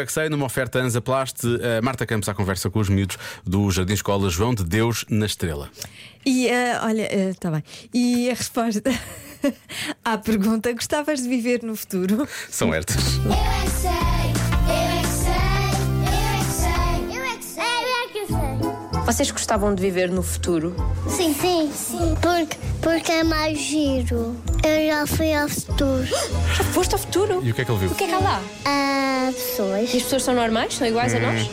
é que sei, numa oferta Anzaplast, a Marta Campos à conversa com os miúdos do Jardim Escola João de Deus na Estrela. E eh, olha, está bem. E a resposta à pergunta: gostavas de viver no futuro? São estas. Eu é que sei, eu é que sei, eu é que sei, eu é que sei, eu é que sei, Vocês gostavam de viver no futuro? Sim, sim, sim. Porque, porque é mais giro. Eu já fui ao futuro. Já foste ao futuro? E o que é que ele viu? O que é que há lá? Ah, E pessoas? as pessoas são normais? São iguais a nós?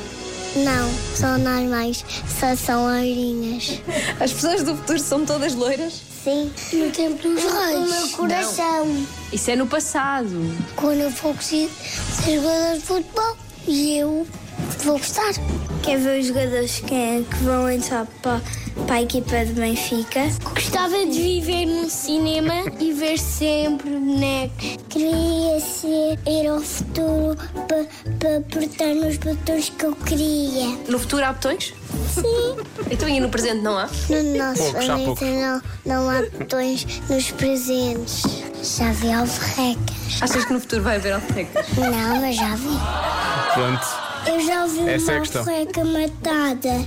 Não, são normais. Só são loirinhas. Hum. As pessoas do futuro são todas loiras? Sim. No tempo dos reis. O meu coração. Isso é no passado. Quando eu for crescer, ser jogador de futebol. E eu vou gostar. Quer ver os jogadores que, é, que vão entrar para, para a equipa de Benfica? Gostava de viver num cinema e ver sempre bonecos. Queria ser, ir ao futuro para, para apertar nos botões que eu queria. No futuro há botões? Sim. Então e no presente não há? No nosso Poucos, há planeta não, não há botões nos presentes. Já vi alverrecas. Achas que no futuro vai haver alpecas? Não, mas já vi. Pronto. Eu já ouvi Essa é a uma questão. alverreca matada.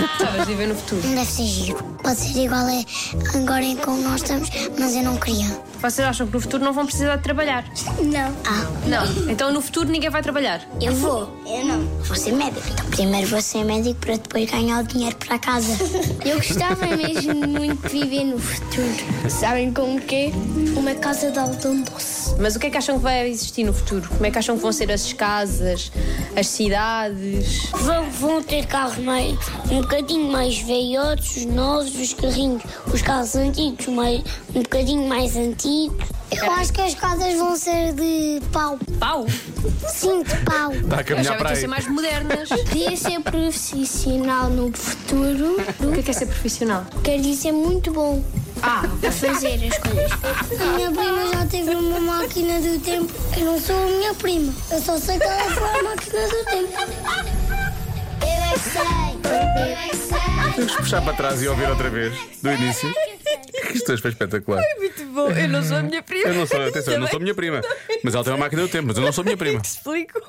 Gostavas de viver no futuro? Deve ser giro. Pode ser igual a agora em como nós estamos, mas eu não queria. Vocês acham que no futuro não vão precisar de trabalhar? Não. Ah, Não. Então no futuro ninguém vai trabalhar? eu vou. Eu não. Vou ser médico. Então, primeiro vou ser médico para depois ganhar o dinheiro para casa. eu gostava mesmo muito de viver no futuro. Sabem com o quê? Uma casa de algodão doce. Mas o que é que acham que vai existir no futuro? Como é que acham que vão ser as casas, as cidades? Vão, ter carros mais, um bocadinho mais velhotes, os novos, os carrinhos, os carros antigos, mais, um bocadinho mais antigos. Eu acho que as casas vão ser de pau. Pau! Sim, de pau. Está a Eu caminhar achava que para iam aí. ser mais modernas. Queria ser profissional no futuro. o que é que é ser profissional? Quer dizer, é muito bom Ah, a fazer as coisas. A minha prima já teve uma máquina do tempo. Eu não sou a minha prima. Eu só sei que ela foi a máquina do tempo. Eu é que sei. Eu é que sei. é Vamos puxar para trás e ouvir outra vez, do início. Isto hoje foi espetacular. Muito bom, eu não sou a minha prima. Eu não sou, atenção, eu não sou minha prima. Mas ela tem uma máquina do tempo, mas eu não sou minha prima. Explico.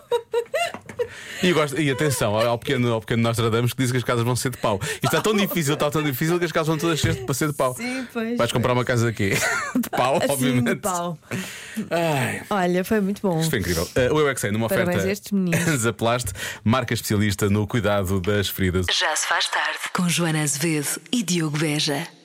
E, eu gosto- e atenção ao ao pequeno, ao pequeno Nostradamus que diz que as casas vão ser de pau. Isto está tão difícil, está tão difícil que as casas vão todas ser, para ser de pau. Sim, pois, Vais comprar uma casa daqui. De pau, Assim obviamente. de pau. Ai, Olha, foi muito bom. isto foi incrível. Uh, o Eu é que sei, numa Parabéns a estes oferta meninos. Zaplast, marca especialista no cuidado das feridas. Já se faz tarde com Joana Azevedo e Diogo Beja.